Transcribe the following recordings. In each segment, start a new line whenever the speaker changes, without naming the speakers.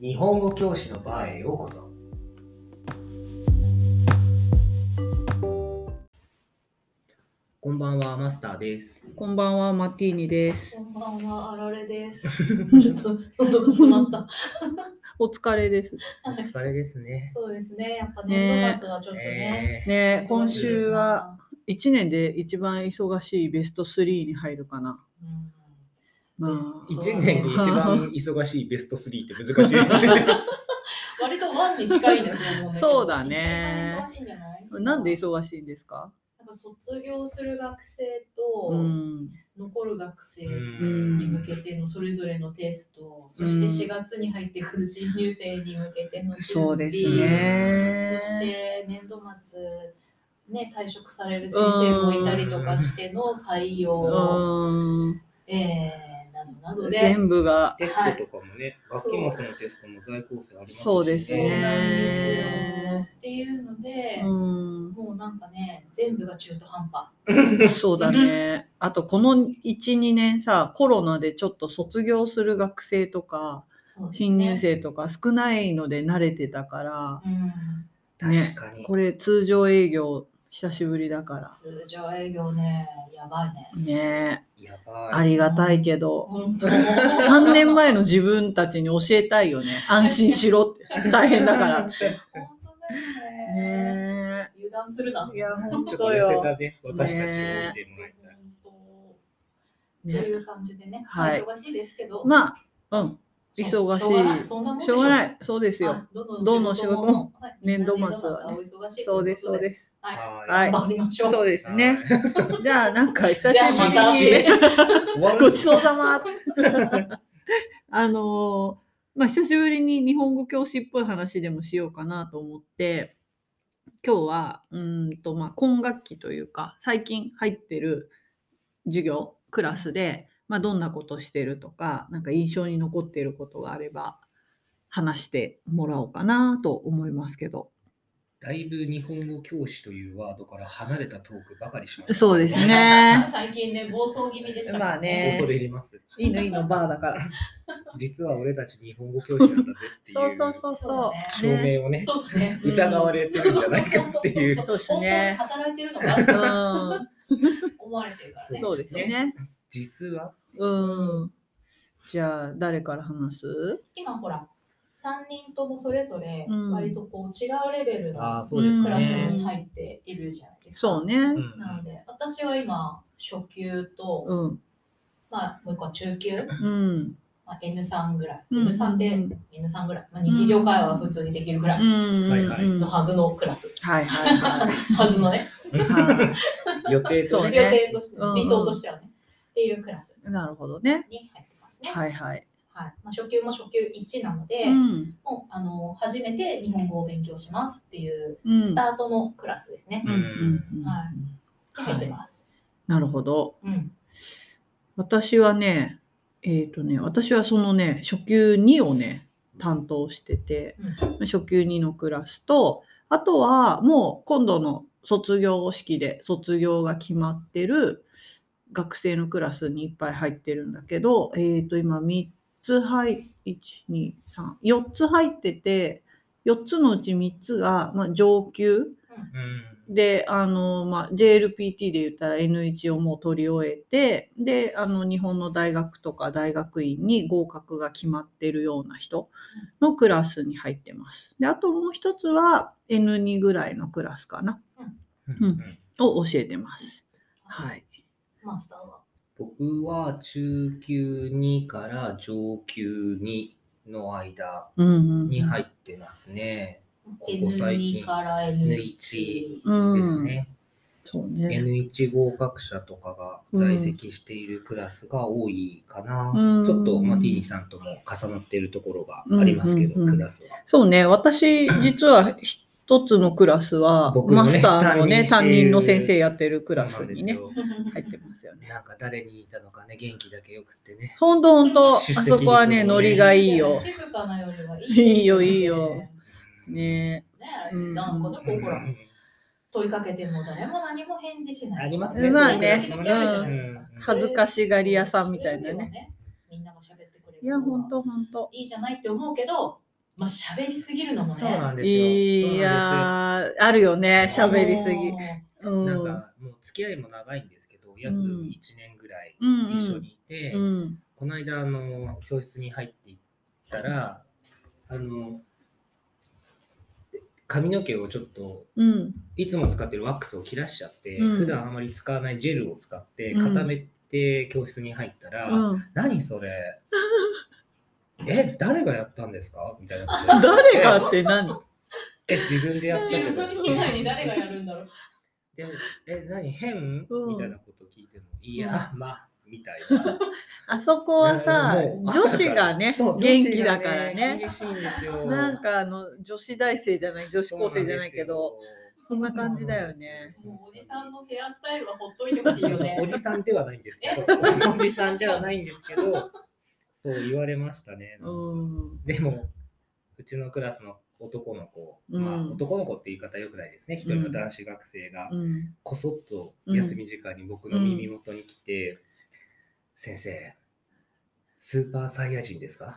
日本語教師のバーへようこそ
こんばんは、マスターです。
こんばんは、マティーニです。
こんばんは、あられ です。ちょっと喉が詰まった。
お疲れです。
お疲れですね。
そうですね、やっぱ年度末はちょっとね。
えー
ねえ、
忙
今
しいですな
週は、1年で一番忙しいベスト3に入るかな。
うん
ま
ベス
あ、
ト
一年で一番忙しいベスト3って難しいですね。
割とワンに近いんだと思うんだけど。
そうだね
一番忙しいんじゃない
なんで忙しいんですか
やっぱ卒業する学生
う
と
ん。
残る学生
うん
に向けてのそれぞれのテスト、そして4月に入ってくる新入生に向けての準備
そうです
そ
ね。
して年度末、ね、退職される先生もいたりとかしての採用、
うん。
えー、などなどで、
全部が、
テストとかもね、
はい
学期末のテストも在校生ありますしね
そうです
そうなんですよ
ね。
っていうので、
うん、
もうなんかね、全部が中途半端。
そうだね。あと、この1、2年さ、コロナでちょっと卒業する学生とか、
そうですね
新入生とか少ないので慣れてたから、
うん、
確かに。
これ通常営業久しぶりだから
通常営業ね、やばいね。
ね
や
え
ば
あ
い。
りがたいけど
本当
3年前の自分たちに教えたいよ ね安心しろって大変だ から
本
って
当だよね。
ね
油断するな。
えいや本
ちょっと
当
痩せ
よ、
た ね、私たちを見てもらいたい。
本当と
ね
いう感じでね、
はい
まあ忙しいですけど、
まあうん
そう
忙しい
しょうがないそんなもんで
しょうがないそうです
しょ
よ
あど
ど
の
の
仕
仕
事
事
も
も
はい
年度末はね
お忙しい
そうですそう
す。
です
はい。
はい
頑張りましょう。
そうです ね
はい。
じゃあなんか久し
じゃあまた
ぶりに
終わる
ごちそうさま。 あのーまあ久しぶりに日本語教師っぽい話でもしようかなと思って今日はうーんとまあ今学期というか最近入ってる授業クラスで、まあ、どんなことしてるとかなんか印象に残っていることがあれば話してもらおうかなと思いますけど
だいぶ日本語教師というワードから離れたトークばかりしました。
そうですね
最近ね、暴走気味でしたから
まあね
恐れ入ります。
いいのいいのバーだから
実は俺たち日本語教師なんだぜってい
そう
う
そうそう
そうだね
証明をね、
そうだね。
疑われてるんじゃないかっていう。
そうそうそ
そ
うそう
うですね
本当に働いてるの
う
か
ん
思われてるからね。
そうですね
実は
うん。じゃあ、誰から話す
今ほら、三人ともそれぞれ
うん
割とこう違うレベル
ああ
の
そうです
クラス
ね。
に入っているじゃないですか。
そうね。
うん
なので、私は今初級と、
うん。
まあもう一個は中級、
うん。
まあ、N3 ぐらい、
うん
N3 で、
うん
N3 ぐらい、まあ、日常会話が普通にできるぐら
う
い
ん。
はいはい
うん
のはずのクラス、
はいはいは
はずのね、
い。は
予定と
そう
予
ね
定として、
うんうん
理想としてはね、っていうクラス
い。なるほどね。
に入ってますね。はい
はいはい。
まあ、初級も初級1なので、
うん。
もうあの初めて日本語を勉強しますっていう
うん。
スタートのクラスですね
う。んうんうん
はで
はい
入ってます。
なるほど。
うん
私はね、えっ、とね、私はそのね、初級2をね、担当してて、
うん
初級2のクラスと、あとはもう今度の卒業式で卒業が決まってる学生のクラスにいっぱい入ってるんだけど、えっ、と、今3つ入っ、1、2、3、4つ入ってて、4つのうち3つが、まあ、上級
うん
で、あの、まあ、JLPT で言ったら N1 をもう取り終えて、で、あの、日本の大学とか大学院に合格が決まってるような人のクラスに入ってます。で、あともう一つは N2 ぐらいのクラスかな、
う
うん
ん
を教えてます。はい。
マスターは。
僕は中級2から上級2の間
うん、うん。
に入ってますね。ここ最近
N2 から N1。
うん
ですね。
そうね。
N1 合格者とかが在籍しているクラスが多いかな。
うん
ちょっとマティーニさんとも重なっているところがありますけど、
うんうんうん
クラスは。
そうね。私、実は一つのクラスは、
僕もね
マスターのね、
担
担
任している
任の先生やってるクラスにね
そ、うなんです
入ってますよね
よ。。なんか誰にいたのかね、元気だけよくってね。
ほんとほんと、あ
出席
そこは
率
ね、
もね
ノリがいいよ。
静かなよりはいいですね。
いいよいいよね
ねえ、
うん
なんかね、こうほら
う、ん
問いかけても誰も何も返事しない。
あります
ねまあね
時々あるじゃないですか
うん
恥ずかしがり屋さんみたいなね。。
みんなが喋ってくれる。
いや、ほん。とほんと。
いいじゃないって思うけど、まあ喋りすぎるのもね
そうなんですよ。
いやーあるよね
そうなん
喋
で
り
す
すぎ。う
そうなんです
ん
よ。なんかもう付き合いも長いんですけど、約
うん
1年ぐらい
うん
一緒にいて、
うん
この間あの教室に入っていったら、あの髪の毛をちょっと
うん
いつも使ってるワックスを切らしちゃって、
うん
普段あまり使わないジェルを使って
うん
固めて教室に入ったら、
うん
何そ れえ誰がやったんですかみたいなことで
誰がって何
え自分でやった
自
けど
分みたいに誰がやるんだろう。
でえ何変、
うん
みたいなこと聞いてもいや、まあみたいな
あそこはさ
もう朝
女子がね
そう
元気だか
女
ら
子が
ね
厳しいんですよ
なんかあの女子大生じゃない女子高生じゃないけどそんな感じだよね。
もうおじさんのヘアスタイルはほっといてほしいよね。
おじさんではないんですけど、おじさんではないんですけど、そう言われましたね。
うん
でも、うちのクラスの男の子、
うん
まあ男の子って言い方良くないですね。一人の男子学生が
うん
こそっと休み時間に僕の耳元に来て、先生、スーパーサイヤ人ですか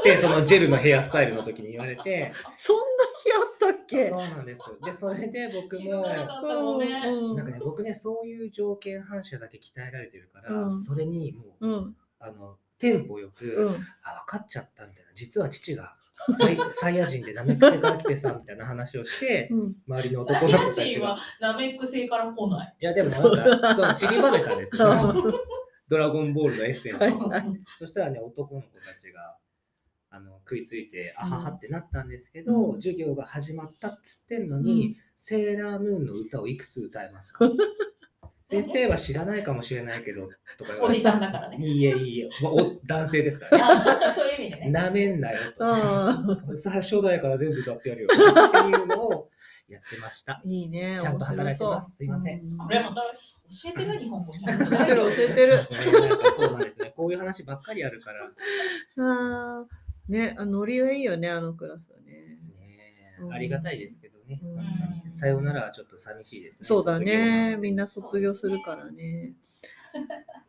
ってそのジェルのヘアスタイルの時に言われて、
そんな日あったっ け
そうなんです。で、それで僕 も。
あったもんね
うん
なんかね、僕ね、そういう条件反射だけ鍛えられてるから、
うん
それにもう、
うん
あのテンポよく、
う
あ、
ん
分かっちゃったみたいな、実は父が サイサイヤ人でナメック星から来てさ、みたいな話をして、
うん
周りの
サ
男
イ
の
ヤ
子たち
人
が
は。ナメック星から来ない。
いや、でもなん か、そのちりばめたんですよ。そのドラゴンボールのエッセンス
はい
を。そしたらね、男の子たちが。あの食いついてあははってなったんですけど、
うん
授業が始まったっつってんのに、セーラームーンの歌をいくつ歌えますか先生は知らないかもしれないけど、とか言わ
お
れ
じ
て
さんだ からね。
いいえ、いいえ、まあお男性です からね。
あそういう意味でね。
なめんなよ
あ
と。さ初代から全部歌ってやるよ。っていうのをやってました。
いい ね。
ちゃんと働いてますすいません
面白そう
これまた教えてる日本語じゃん。
教えてる教えてる。
そうなんかそうなんですね。こういう話ばっかりあるから。ね
あーね、あノリがいいよね、あのクラスはね。
えありがたいですけどね。
うん
本当にさよならはちょっと寂しいですね。
そうだね、みん
な。
な卒業するからね。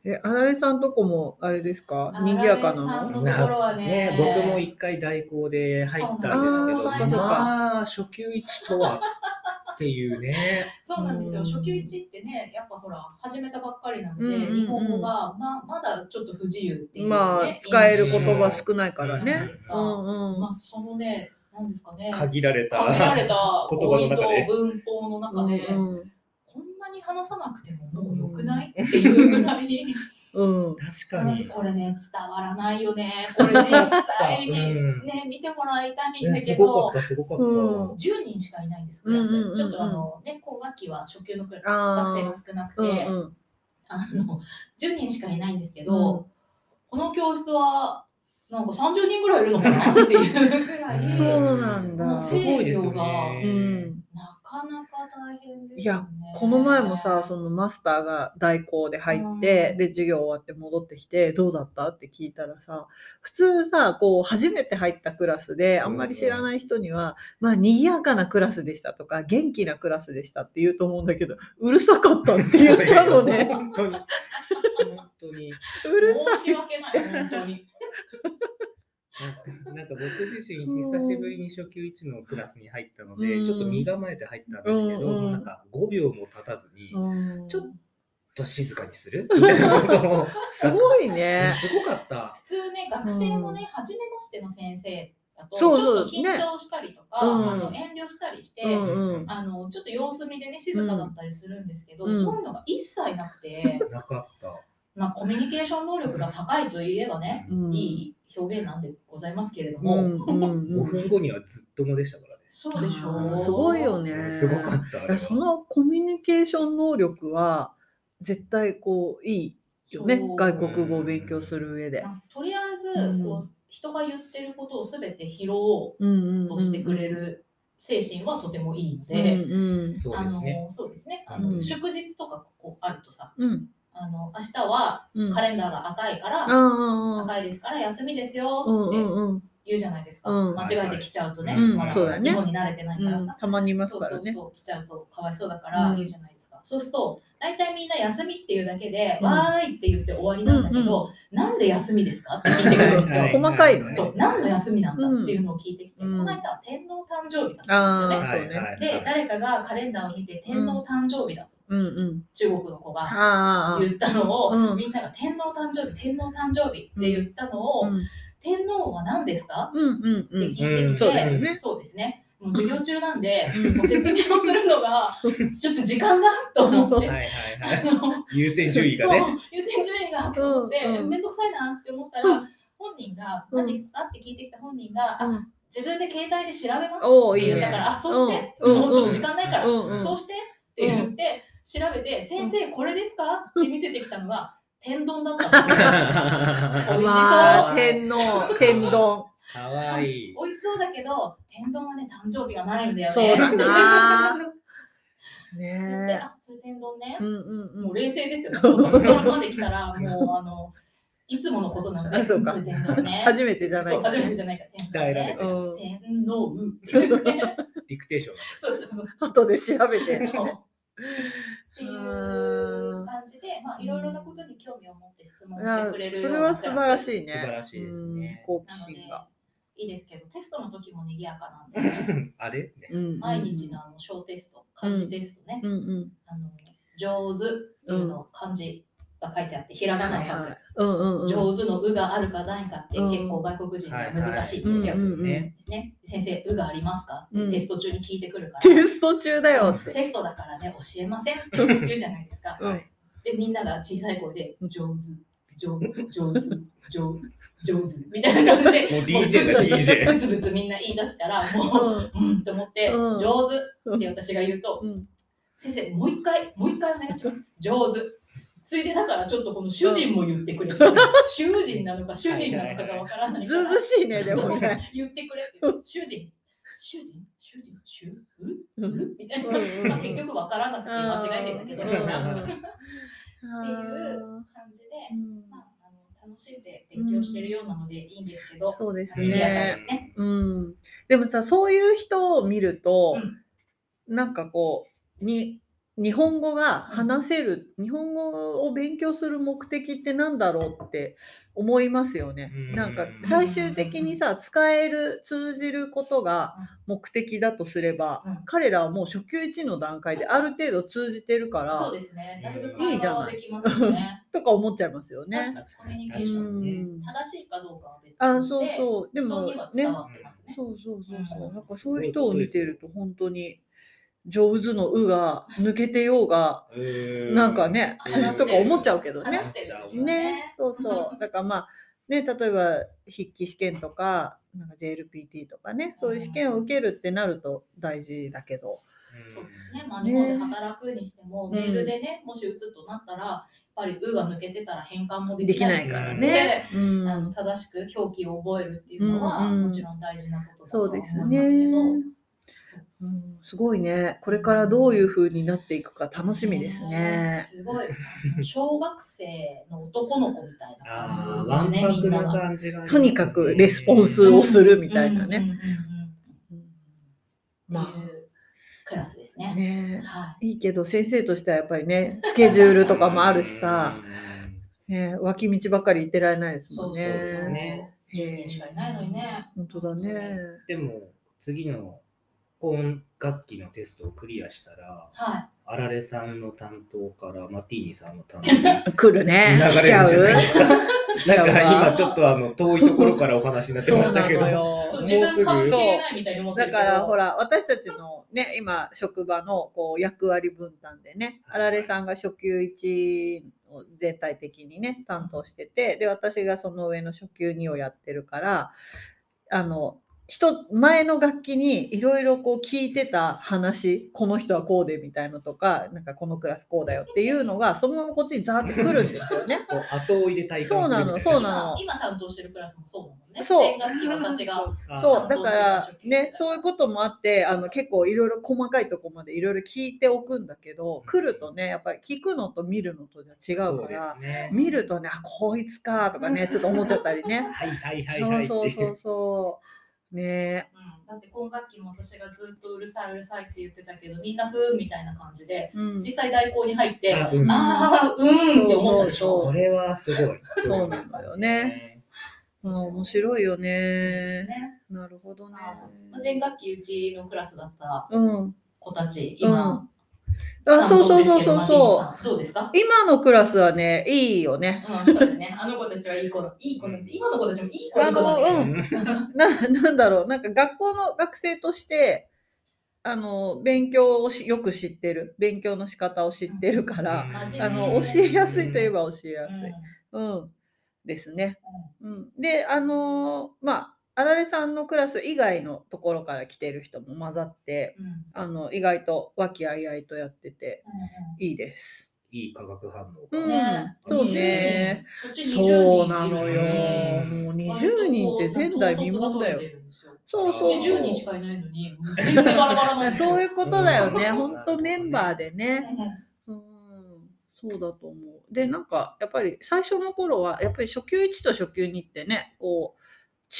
え、あられさんとこもあれですか賑やか
あられ
な
さんのところはね
ねえ、僕も一回代行で入ったんですけ
そうなんですあーそっかそ
ど、
っか
まあ、初級一とはっていう ね。
そうなんです
う
よ。
ん
初級1ってね、やっぱほら、始めたばっかりなので、
うんうんうん
日本語がままだちょっと不自由っていう、
の
ね。
まあ、使える言葉
印
少ないから
そうな
ね
んで。す
う
か
ん
象
うん
まあ、。そのね、なんですかね。
限られた
限られた
言葉の中で
ポイント文法の中で、
うん
こんなに話さなくてももう良くない、っていうぐらいに。
うん。
確か
まず
に。
これね、伝わらない よね。これ実際にね、
うん
見てもらいたいん
ね
だけ
すご
ど。
かった、すごかった。
うん
10人しかいないんです、クラス。
うんうんうんうん
ちょっとあの、ね、今学期は初級のクラ
あ
学生が
ー
少なくて、
うんうん
あの10人しかいないんですけど、
う
この教室はなんか30人ぐらいいるのかなっていうぐらい
ん。
ん
そうなんだ。
すごいですよ
う
ね。
ん。
なかなか大変ですよ
い
ね。
やこの前もさそのマスターが代行で入って、
う
で
ん
授業終わって戻ってきてどうだったって聞いたらさ普通さこう初めて入ったクラスであんまり知らない人には、まあ賑やかなクラスでしたとか元気なクラスでしたって言うと思うんだけどうるさかったって言ったのね
本当に。本当に。
うる
申
さ
し
い。
訳ない、本当に。
なんか僕自身、久しぶりに初級1のクラスに入ったので、
うん
ちょっと身構えて入ったんですけど、
うん
なんか5秒も経たずに、ちょっ
うん
ちょっと静かにする みたいなことを。
すごい
ね
ね。
すごかった。
普通ね、学生もね、初めましての先生だと、ち
そう
ょ
そ
っ
う
と緊張したりとか、
うん
あの遠慮したりして、
うんうん
あのちょっと様子見でね、静かだったりするんですけど、
うん
そういうのが一切なく て、
なかった。
まあ、コミュニケーション能力が高いといえばね、
うん
いい表現なんでございますけれど
う
も、
んうん
5
うん
分後にはずっともでしたからね。
そうでし
あ
ょ
ー
う。
すごいよね
すごかった。あ
い
れ
や
は
そのコミュニケーション能力は絶対こういいよね
そう
外国語を勉強する上で。
なんかとりあえず、
うん
こう人が言ってることをすべて拾お
うんうんうんう
うんとしてくれる精神はとてもいいの
うん
で、
うん
そう
あ
です
の
ね。
そうですね。あの
うん
祝日とかこうあるとさ、
うん
あの明日は
うん
カレンダーが赤いから、
ああ
赤いですから休みですよ
うん
っ
う
て
んうん
言うじゃないですか。
うん
間違えてきちゃうとね、
うん
ま
そう
だね
日本に慣れてないか
う
ら
ん
さ、
たまにいます
そう
か
そ
ら
う
ね。
そう来ちゃうとかわいそうだから
うん
言うじゃないですか。かそうすると大体みんな休みっていうだけで「
うん
わーい」って言って終わりなんだけど「なんで休みですか?」って聞いてくるんですよ。
はい
細かいのね
そう何の休みなんだっていうのを聞いてきて、
うん
この間は天皇誕生日だったんですよ
あ
ね。
あ、そう
はいは
ね。
い
で誰かがカレンダーを見て天皇誕生日だと
うんうん。
中国の子が
ああ
言ったのを、
うん
みんなが天皇誕生日天皇誕生日って言ったの
あ
を、
あ、うん
天皇は何ですか
うんうんう
って
ん。
聞いてきて、
そうですね
そうですねもう授業中なんで、
うん
もう説明をする のがちょっと時間がと思って。
はいはい
あ
は
の
い。優先順位がね。
そう優先順位が
うんうん
で、めんどくさいなって思ったら本人が「
うん
何ですか?」って聞いてきた本人が「あ
うん
自分で携帯で調べます」
おお、
って
いい
言っ
ね。
たから「あそうして、
うんうん
もうちょっと時間ないから、
うんう ん
そうして」って言って調べて「先生これですか?」って見せてきたの が天丼だったんですよ。美味しそう
まあ、天皇、天丼。
かわいい。
美味しそうだけど天丼はね誕生日がないんだよね。
そうだ な。
言って
ね
あそれ天丼ね
え。う。んうん
も
う。
うん冷静ですよね。もうその頃まで来たら もうあのいつものことなんで
あそうか
れ天丼ね。
初めてじゃない
そう、初めてじゃないから、
鍛えられてる。
うん
天 皇ね。
ディクテーションが。
そうそうそう。
後で調べ
そう
て。
っていう感じで、まあ、いろいろなことに興味を持って質問してくれる
そ
よう
れ
な
は
ク
素晴
ラ
ら
ス
しいね。
素晴らしいですね
うん好
な
奇
ので
心が。
いいですけど、テストの時も賑やかなんで、
あれね
うんうん
毎日のあの小テスト、漢字テストね、
うんうん
あの上手っていうのを漢字が書いてあって、ひらがなで書く。
うんうんうん。
上手の「う」があるかないかって
うん
結構外国人には難しい
うん
です
う
よ。
んうん。
ですね。先生、うがありますか、って
うん
テスト中に聞いてくるから。
テスト中だよって。
テストだからね、教えませんって言うじゃないですか。
うん
で、みんなが小さい声で、上手、上上手、上上手みたいな感じで、
もう DJ だ DJ。
ブツブツみんな言い出すから、もう、
う
うんと思って、
うん
上手って私が言うと、
ん。
先生、もう一回、もう一回お願いします。上手。ついでだから、ちょっとこの主人も言ってくれ。 主人なのか、主人なのかがわからないか
ず
ら
うずしい ね、でもね。
言ってくれって言う主人、主人、主人、主ううみたいな。まあ、結局わからなくて間違えてんだけど、
うん
みんな
うん
感じで、まあ、あの楽しんで勉強してるようなのでいいんですけど、
そうです
賑や
ね
か。ですね。
うん、でもさそういう人を見ると
う、ん
なんかこうに日本語が話せる、日本語を勉強する目的ってなんだろうって思いますよね。
うん
なんか最終的にさ使える通じることが目的だとすれば、
うん
彼らはもう初級1の段階である程度通じてるか
そう
ら
ですね。だいぶ
うん
い
会
いじゃ
話は
ない
できますよね。
とか思っちゃいますよ
確
ね。
かにコミュニケー
確
ショ
か
ン。
にね
うん
正しいかどうかは別
あ
にし
そう
て、
そうでも
人には
ね
伝わってますね。
そうそうそうそう、
うん
なんかそういう人を見てると本当に上手の「う」が抜けてようがなんかね、
うん
とか思っちゃうけどね
話。してる時も
ね
ね。、
そうそう。だからまあ、ね、例えば筆記試験とか、なんか JLPT とかね、そういう試験を受けるってなると大事だけど。
そうですね。まあ、日本で働くにしても、
ね
メールでね、もし打つとなったら、やっぱりうが抜けてたら変換もで
で
き
き
な
ないい
か
からら
ね
ね。。うん
あの正しく表記を覚えるっていうのは、
うんうん
もちろん大事なことだと
そ
は
う
思
で
いますけ
す
ど
ね。うんすごいね。これからどういう風になっていくか楽しみです
ね
ね。
すごいあの小学生の男の子みたいな
あ
感じ
あ、
で
わ
す
ん
ね
ぱ
み
く
んな
な
が。
感じがありますね。
とにかくレスポンスをするみたいな
うんう
ね。
んうんうんうん
ま
っていうクラスです
あ、
ね。
ね。
はい
いけど先生としてはやっぱりね、スケジュールとかもあるしさ、 ね、脇道ばっかり行ってられないです
そ
もん
うそうそ
ね。
う
ですね
10人しかいないのにね。
本当だね。
でも次の今学期のテストをクリアしたら
は
あられさんの担当からマティーニさんの担当に流れる
来るね。来ちゃ
じゃないですか。
来ち
な
ゃうんわ
か今ちょっとあの遠いところからお話になって
そう
ました
なの
けど。
よ
い。そう
もう
自
すぐ
分関係ないみたいに思って
だ
る
からほ
ら、
ら私たちのね今職場のこう役割分担でねあられさんが初級1を全体的にね担当しててで私がその上の初級2をやってるからあの人前の楽器にいろいろこう聞いてた話この人はこうでみたいのとかなんかこのクラスこうだよっていうのがそのままこっちにザーッとくるんですよね。
こう後追いで体感するみたいな。
そうな
今
の
今担当してるクラスもそうだもんね。
そう
前学期私が。
そうだ
担当して
か
た
ら
職員時
ね
代
そういうこともあってあの結構いろいろ細かいとこまでいろいろ聞いておくんだけど来るとねやっぱり聞くのと見るのとじゃ違う
そ
か
うで
ら
すね。
見るとねあこいつかとかねちょっと思っちゃったりね
はいはいはい
そ
は
う
い。
そうそうそね
うん、だって今学期も私がずっとうるさいうるさいって言ってたけどみんなふーんみたいな感じ
え、
で
うん
実際代行に入って、
あ
あ
うん
あーうーんって思ったでし
そう
ょ。
これはすごい。
そうなんだよね。うん面白いよね。なるほどね。
はい前学期うちのクラスだった
うん。
子たち、今、
あ、そうそうそうそうそう。
う。どうですか、
今のクラスはね、いいよね。
うん、そうですね。あの子たちはいい子だ。いい子なんです。今の子たちもいい子
あ
だ子だね。
の、うん。な、なんだろう。なんか学校の学生として、あの、勉強をしよく知ってる。勉強の仕方を知ってるから、
うん
あの、教えやすいといえば教えやすい。うん。ですね。うん。で、あのーまあ、あられさんのクラス以外のところから来てる人も混ざって、
うんうんうん
あの、意外と和気あいあいとやってて、いいです。
いい化学反応
う
うん
ん
が。
そうね。
20人そっち20人いる
そうなのよ。
ね
もう20人って前代未聞だよ。。そう
う
そう。
ち10人しかいないのに、全然バラバラなんですよ。
そういうことだよね。
うん
本当メンバーでね。
うん
うん、そうだと思う。で、なんか、やっぱり最初の頃は、やっぱり初級1と初級2ってね、こう、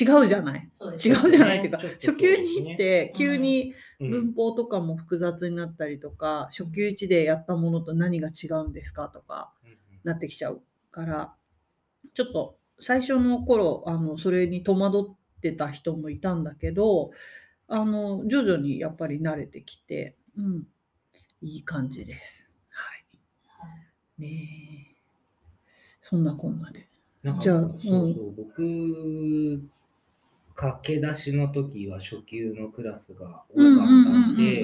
違うじゃない。
そうです
違
ね
うじゃないっていうか、
ちょっとそう
初級2
で
って急に
うん
文法とかも複雑になったりとか、初級1でやったものと何が違うんですかとかなってきちゃうから、ちょっと最初の頃、あの、それに戸惑ってた人もいたんだけど、あの、徐々にやっぱり慣れてきて、うん、いい感じです。はい。ねえ。そんなこんなで。
なんか
じゃあ
そうそう、僕、駆け出しの時は初級のクラスが多かったんで、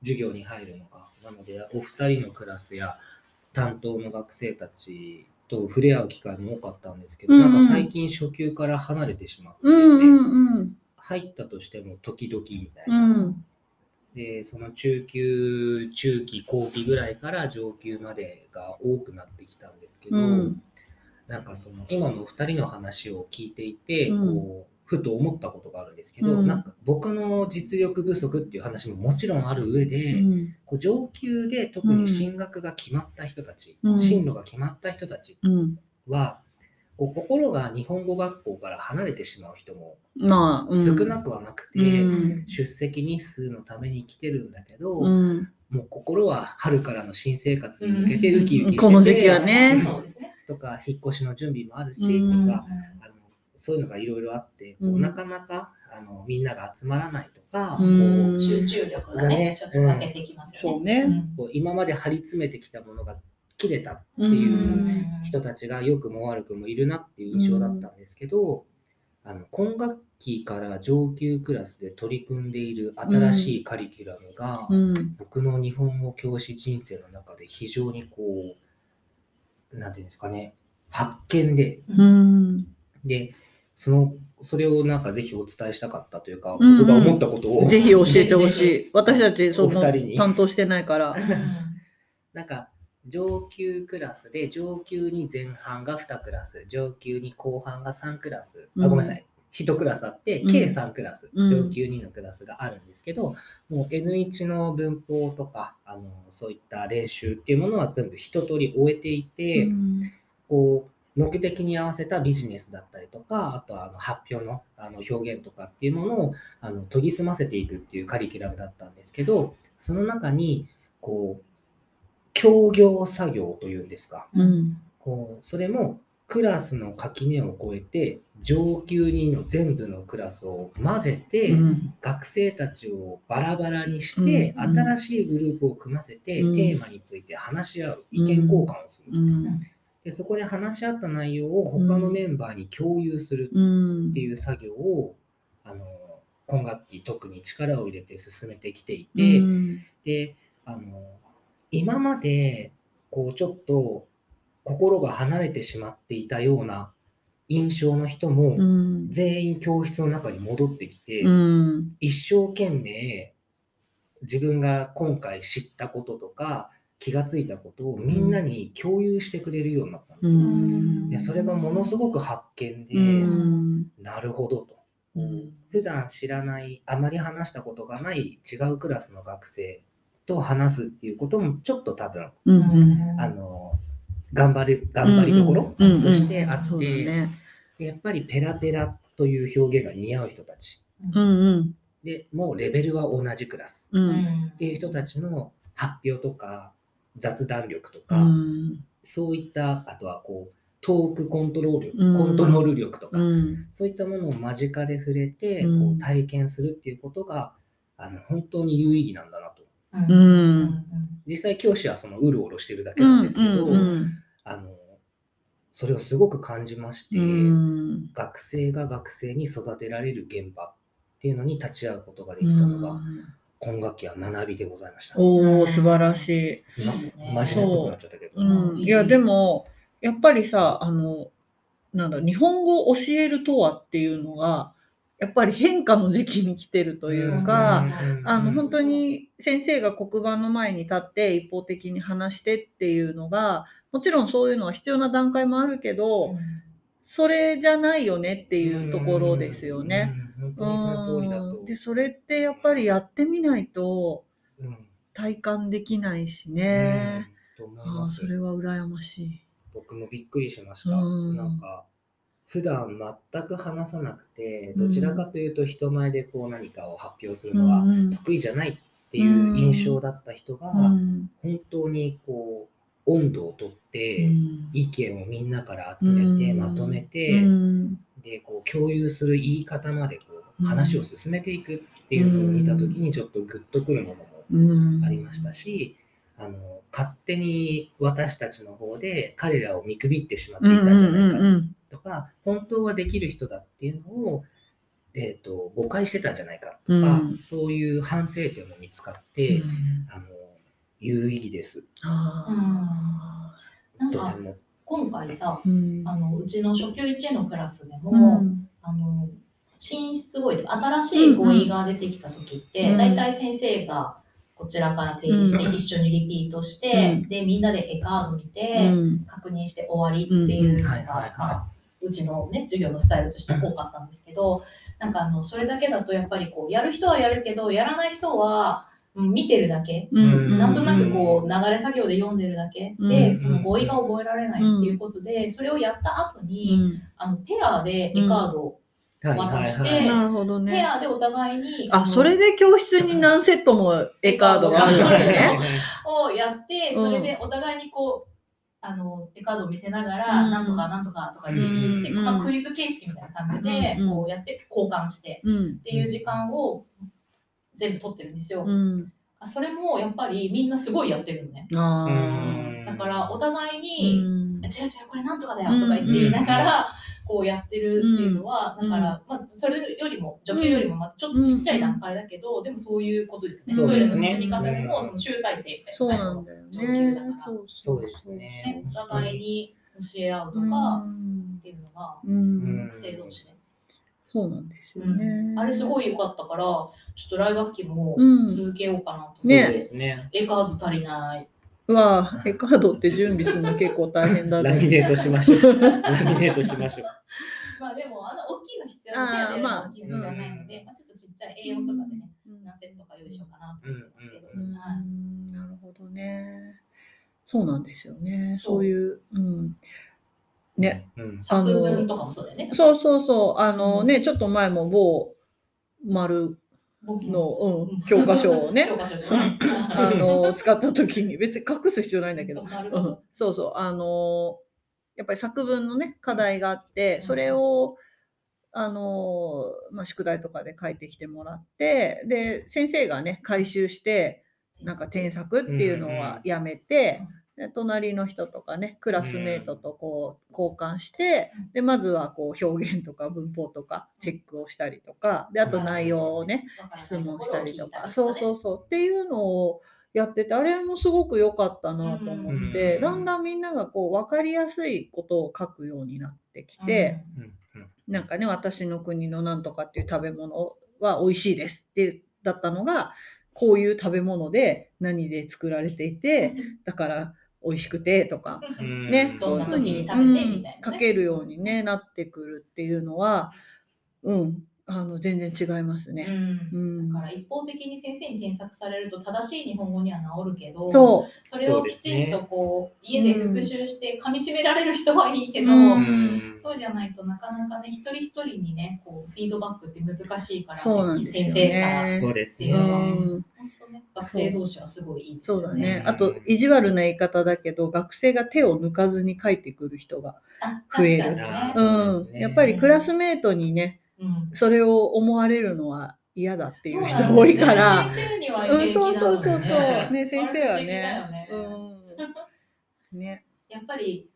授業に入るのか。なので、お二人のクラスや担当の学生たちと触れ合う機会も多かったんですけど、
うんうん
なんか最近初級から離れてしまって
う
で
ん
すね、
うん
入ったとしても時々みたい
うん。う
な。
ん。
で、その中級、中期、後期ぐらいから上級までが多くなってきたんですけど、
うん
なんかその今のお二人の話を聞いていて、
うん
こうふと思ったことがあるんですけど、
うん
なんか僕の実力不足っていう話ももちろんある上で、
うん。
こう上級で特に進学が決まった人たち、
うん
進路が決まった人たち
うん。
はこう心が日本語学校から離れてしまう人も
まあ、うん
少なくはなくて、
うん
出席日数のために来てるんだけど、
うん。
もう心は春からの新生活に向けてウキウキしてて、
この時期はね
そうですね。
とか引っ越しの準備もあるし、
うん
とかあのそういうのがいろいろあって、こう
うん
なかなかあのみんなが集まらないとか、
うん
集中力が
だね
ね、ちょっと欠けてきます
そう
よね。
ね。
こうこう今まで張り詰めてきたものが切れたって
うん
う
いうん人たちが良くも悪くもいるなっていう印象だったんですけど、あの今学期から上級クラスで取り組んでいる新しいカリキュラムが、
うん。
僕の日本語教師人生の中で非常にこうなんていうんですかね発見で
うん。
でそのそれをなんかぜひお伝えしたかったというか、
うんうん
僕が思ったことを
ぜひ教えてほし
ぜ
い。私たち、そ
お
の
二人に
担当してないから。
なんか上級クラスで上級に前半が2クラス上級に後半が3クラス、
うん
あごめんなさい1クラスあって、
うん
計3クラス
うん
上級2のクラスがあるんですけど、もう N1 の文法とかあのそういった練習っていうものは全部一通り終えていて、
うん
こう目的に合わせたビジネスだったりとかあとはあの発表のあの表現とかっていうものをあの研ぎ澄ませていくっていうカリキュラムだったんですけどその中にこう協業作業というんですか
うん。
こうそれもクラスの垣根を越えて上級にの全部のクラスを混ぜて、
うん
学生たちをバラバラにして、
うんうん
新しいグループを組ませて、
うん
テーマについて話し合う意見交換をする。
うん。
でそこで話し合った内容を他のメンバーに共有する
うん
っていう作業を、あの今学期特に力を入れて進めてきていて、
うん
であの今までこうちょっと心が離れてしまっていたような印象の人も、
うん
全員教室の中に戻ってきて、
うん
一生懸命自分が今回知ったこととか気がついたことをみんなに共有してくれるようになったんですよ。
うん
いやそれがものすごく発見で、
うん
なるほどと。
うん
普段知らない、あまり話したことがない違うクラスの学生と話すっていうこともちょっと多分、
うん
あの、頑張る、頑張りどころと
うんうんうんうん
してあって、
そうだね
でやっぱりペラペラという表現が似合う人たち
うんうん
でもうレベルは同じクラス
う
うんん
っていう人たちの発表とか雑談力と
う
か、
ん
そういったあとはこうトークコントロール力、
うん
コントロール力とか、
うん
そういったものを間近で触れて、
う
こ
ん
う体験するっていうことがあの本当に有意義なんだなと
うん
う
うん
ん
実際教師はそのうるおろしてるだけ
う
なん
ん
ですけど、
うん
あのそれをすごく感じまして、
うん
学生が学生に育てられる現場っていうのに立ち会うことができたのが、今学期は学びでございました。
おお素晴らしい。
いい
な
よね
真面目っぽくなっちゃったけど。
うん、いや
うん
でもやっぱりさあのなんだ日本語を教えるとはっていうのがやっぱり変化の時期に来てるというか、
うん
あ
う
の
ん
本当に先生が黒板の前に立って一方的に話してっていうのがもちろんそういうのは必要な段階もあるけど、それじゃないよねっていうところですよね。。
うん本
う
当にその通りだ
ん
と。
でそれってやっぱりやってみないと
うん
体感できないしね。
うんと思い
あ
ま
あ
す
そ。れは羨ましい。
僕もびっくりしました。
うん
なんか普段全く話さなくて、どちらかというと人前でこう何かを発表するのは
うん
得意じゃないっていう印象だった人が、
うん
本当にこう温度をとって、
うん
意見をみんなから集めて、
うん
まとめて、
うん
でこう共有する言い方までこ
う
うん話を進めていくっていうのを見た時にちょっとグッとくるものも
うん
ありましたし、あの勝手に私たちの方で彼らを見くびってしまっていたんじゃないかとか、本当はできる人だっていうのを、えー、と誤解してたんじゃないかとか、
うん
そういう反省点も見つかって、あの有意義です。
なん
とて
か
も。
今回さ
うん
あのうちの初級1のクラスでも、
うん
あの新出語彙と新しい語彙が出てきた時って、
うん
だいたい先生がこちらから提示して一緒にリピートして、でみんなで絵カード見て、確認して終わりっていうのが、
うんうんはいはいはい
まあうちの、ね、授業のスタイルとして多かったんですけど、なんかあのそれだけだとやっぱりこうやる人はやるけどやらない人はうん見てるだけ
うん
うん
なんとなくこう流れ作業で読んでるだけ
う
で
ん
その語彙が覚えられないっていうことでそれをやった後にあのペアで絵カードを渡して
はいはいはい
なるほど
ペ
ね。
アでお互いに
あそれ
で
で教室に何セットも絵カードがあるわけね。
をやって
うん
それでお互いにこうあの絵カードを見せながら
うん
なんとかなんとかとか言って、
うん
まあ、クイズ形式みたいな感じで
うん
こうやって交換して
うん
っていう時間を全部取ってるんですよ。
うん
あそれもやっぱりみんなすごいやってるのね。
あ
うん
だからお互い
ー
に、
うん
違う違うこれなんとかだよとか言って言いながらこうやってるっていうのは、
うん
だから、まあ、それよりも女級よりもまたちょっとちっちゃい段階だけど、でもそういうことですよね、
そう
い
で
う
す
のの
ね
積み重ねも
うん
その集大成みたい
そう
な
なんだよね。
そうですね
ね。お互いに教え合うと
う
か
ん
っていうのが
うん
うん
学生同士で、
そうなんですよ
う
ね
ん。あれすごい良かったからちょっと来学期も
うん
続けようかなと、
ね
そうですね。
絵カード足りないう
わあ、絵カードって準備するの結構大変だ
ラミ
ね。
ネートしまし ょう。ラミネートしましょう。
まあでもあの大きいの必要
あー
な手当
まあ
大きいの必要はないので、まあ、ちょっとちっちゃい A4 とかでね何セットか用意しようかなと思ってますけど、
う
はい
うんなるほどね。そうなんですよね。
そう
そういう、うん。ね、
うん。
作文とかもそうだよね。
そうそうそう、あの
うん
ね、ちょっと前も某丸
僕も
の、
う
うんん、教科書をね
教、科書でね。
あの使った時に、別に隠す必要ないんだけど
そう、なる
う
ほ
ん
ど。
そうそうあのやっぱり作文のね課題があって
うん
それを、あのまあ、宿題とかで書いてきてもらってで先生がね回収してなんか添削っていうのはやめて、で隣の人とかねクラスメートとこう交換して
うん。
でまずはこう表現とか文法とかチェックをしたりとかであと内容をね質問したりとか、そうそううそうっていうのをやっててあれもすごく良かったなと思って、
うん
だんだんみんながこう分かりやすいことを書くようになってきて、
うんうん
なんかね私の国のなんとかっていう食べ物は美味しいですってだったのがこういう食べ物で何で作られていてだから美味しくてとか
うん、
うん
ね、
どんな
そういうふうに
時に食べてみたいなね
うん書けるように、ね、なってくるっていうのは、うん、あの全然違います
う
ね。うんん
だから一方的に先生に添削されると正しい日本語には治るけど
そ
それをきちんとこう家で復習して噛み締められる人はいいけど、
うん
そうじゃないとなかなかね一人一人にねこうフィードバックって難しいから
そうなんですよね
先生から
そうです
う。う
うん
ね。
ん、
本当ね学生同士はすごいいいです
そ
よ
うだ
ね。
ね。あと、意地悪な言い方だけど、学生が手を抜かずに書いてくる人が。
あ
増え
確
る
かにね
そ。うです
うん。
ね
やっぱりクラスメートにね、
うん
それを思われるのは嫌だってい
そうう
人
なんだよね
多いから。
先生には
うん、
平気
そ
なの
う
ね
そうそうそう。ね、
あれ
先生はね。
不
う
思議だよね
ん。ね。
やっぱり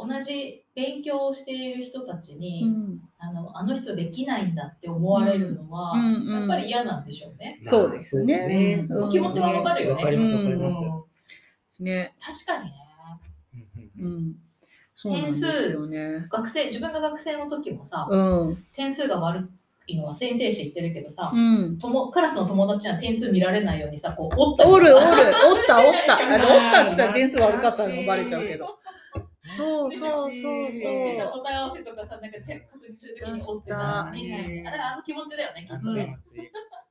同じ勉強をしている人たちに、
うん。
あのあの人できないんだって思われるのは、
うんうんうん
やっぱり嫌なんでしょうね。
まあ
そうですね
うん
そう
お気持ちはわかるよね。
わかりますわかり
うん
ます。
ね。
確かにね。
うん
うん。そうなんですよね。
学生自分が学生の時もさ、
うん。
点数が悪いのは先生知ってるけどさ、
うん。
ともクラスの友達には点数見られないようにさこう折ったり
おる おる、おっ
して
た
ない
おった。あれ、おったって言ったら点数悪か
懐
ったの
かしい
バレちゃうけ
そう
ど。
そう
そうそうそう
でさ
そ
答え合わせとかさなんかチェック確認するときに折って
した
さ見ないみたいなだからあの気持ちだよねき
あ
っ
と
とね、
ね、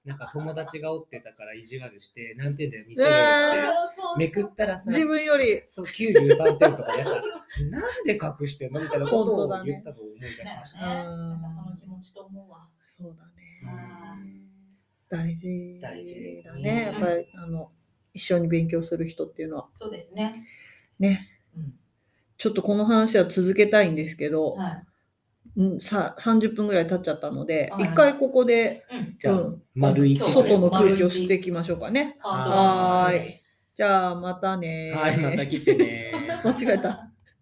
なんか友達がおってたから意地悪して、何点で見せ
う
る
わ
そ
っ
ー
う
て。
そうそう
めくったら
う。
さ、
自分より、
そう93点とかでさ、なんで隠してんのみたいなことを
本当だね
言ったのを思い出し
だよ
ま
ね
した。
なんかその気持ちと思うわ
そうだね。
あ
大事
大事です
だ
ね
ね。やっぱり、あの、一緒に勉強する人っていうのは
そうですね
ね。
うん
ちょっとこの話は続けたいんですけど、
はい
うん、さ30分ぐらい経っちゃったので、
はい
一回ここで
うん
じゃあ、
うん
丸一
そう
外の空気を吸っていきましょうかね。
パート
は
1
ーいじゃあまたね
はい、また来てね。
間違えた。